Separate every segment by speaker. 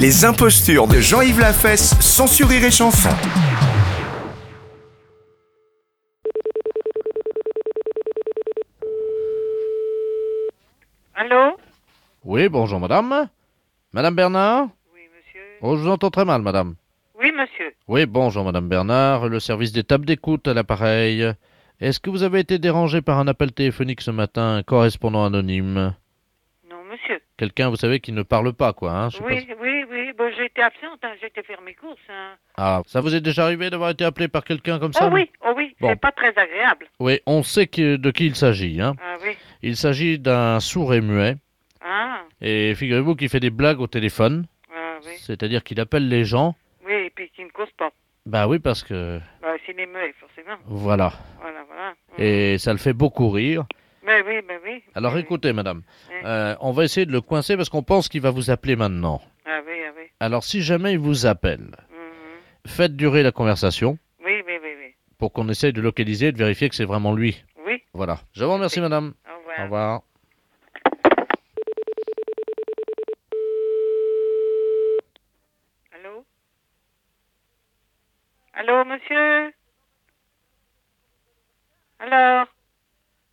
Speaker 1: Les impostures de Jean-Yves Lafesse, sans sourire et chanson.
Speaker 2: Allô
Speaker 3: Oui, bonjour madame. Madame Bernard
Speaker 2: Oui, monsieur.
Speaker 3: Oh, je vous entends très mal, madame.
Speaker 2: Oui, monsieur.
Speaker 3: Oui, bonjour madame Bernard, le service des tables d'écoute à l'appareil. Est-ce que vous avez été dérangé par un appel téléphonique ce matin, un correspondant anonyme
Speaker 2: Non, monsieur.
Speaker 3: Quelqu'un, vous savez, qui ne parle pas, quoi, hein je sais pas
Speaker 2: Oui,
Speaker 3: si-
Speaker 2: oui, oui. Bon, j'étais absente, hein. j'étais faire mes courses. Hein.
Speaker 3: Ah, ça vous est déjà arrivé d'avoir été appelé par quelqu'un comme ça
Speaker 2: Oh
Speaker 3: non
Speaker 2: oui, oh oui,
Speaker 3: Bon.
Speaker 2: c'est pas très agréable.
Speaker 3: Oui, on sait que- de qui il s'agit, hein.
Speaker 2: Ah oui,
Speaker 3: Il s'agit d'un sourd et muet,
Speaker 2: ah,
Speaker 3: et figurez-vous qu'il fait des blagues au téléphone,
Speaker 2: ah oui.
Speaker 3: c'est-à-dire qu'il appelle les gens.
Speaker 2: Oui, et puis qui ne cause pas.
Speaker 3: Bah oui, parce que...
Speaker 2: Bah, c'est les meules, forcément.
Speaker 3: Voilà.
Speaker 2: Voilà, voilà. Mm.
Speaker 3: Et ça le fait beaucoup rire.
Speaker 2: Mais oui, mais oui. Mm.
Speaker 3: Alors
Speaker 2: Oui,
Speaker 3: écoutez, madame,
Speaker 2: oui.
Speaker 3: euh, on va essayer de le coincer parce qu'on pense qu'il va vous appeler maintenant.
Speaker 2: Ah oui, ah oui.
Speaker 3: Alors si jamais il vous appelle,
Speaker 2: Mhm.
Speaker 3: faites durer la conversation
Speaker 2: Oui, oui, oui, oui.
Speaker 3: pour qu'on essaye de localiser et de vérifier que c'est vraiment lui.
Speaker 2: Oui,
Speaker 3: Voilà. Je vous remercie, madame.
Speaker 2: au revoir.
Speaker 3: Au revoir.
Speaker 2: Allô Allô, monsieur Alors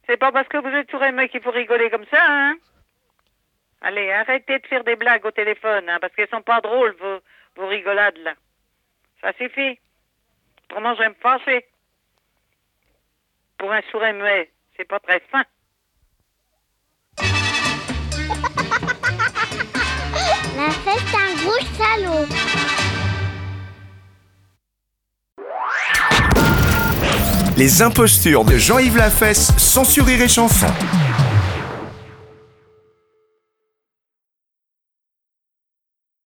Speaker 2: C'est pas parce que vous êtes sourd et muet qu'il faut rigoler comme ça, hein Allez, arrêtez de faire des blagues au téléphone, hein, parce qu'elles sont pas drôles, vos, vos rigolades, là. Ça suffit. Autrement, je vais me fâcher. Pour un sourd et muet, c'est pas très fin.
Speaker 4: La fête, c'est un gros salaud.
Speaker 1: Les impostures de Jean-Yves Lafesse, sans sourire et chanson.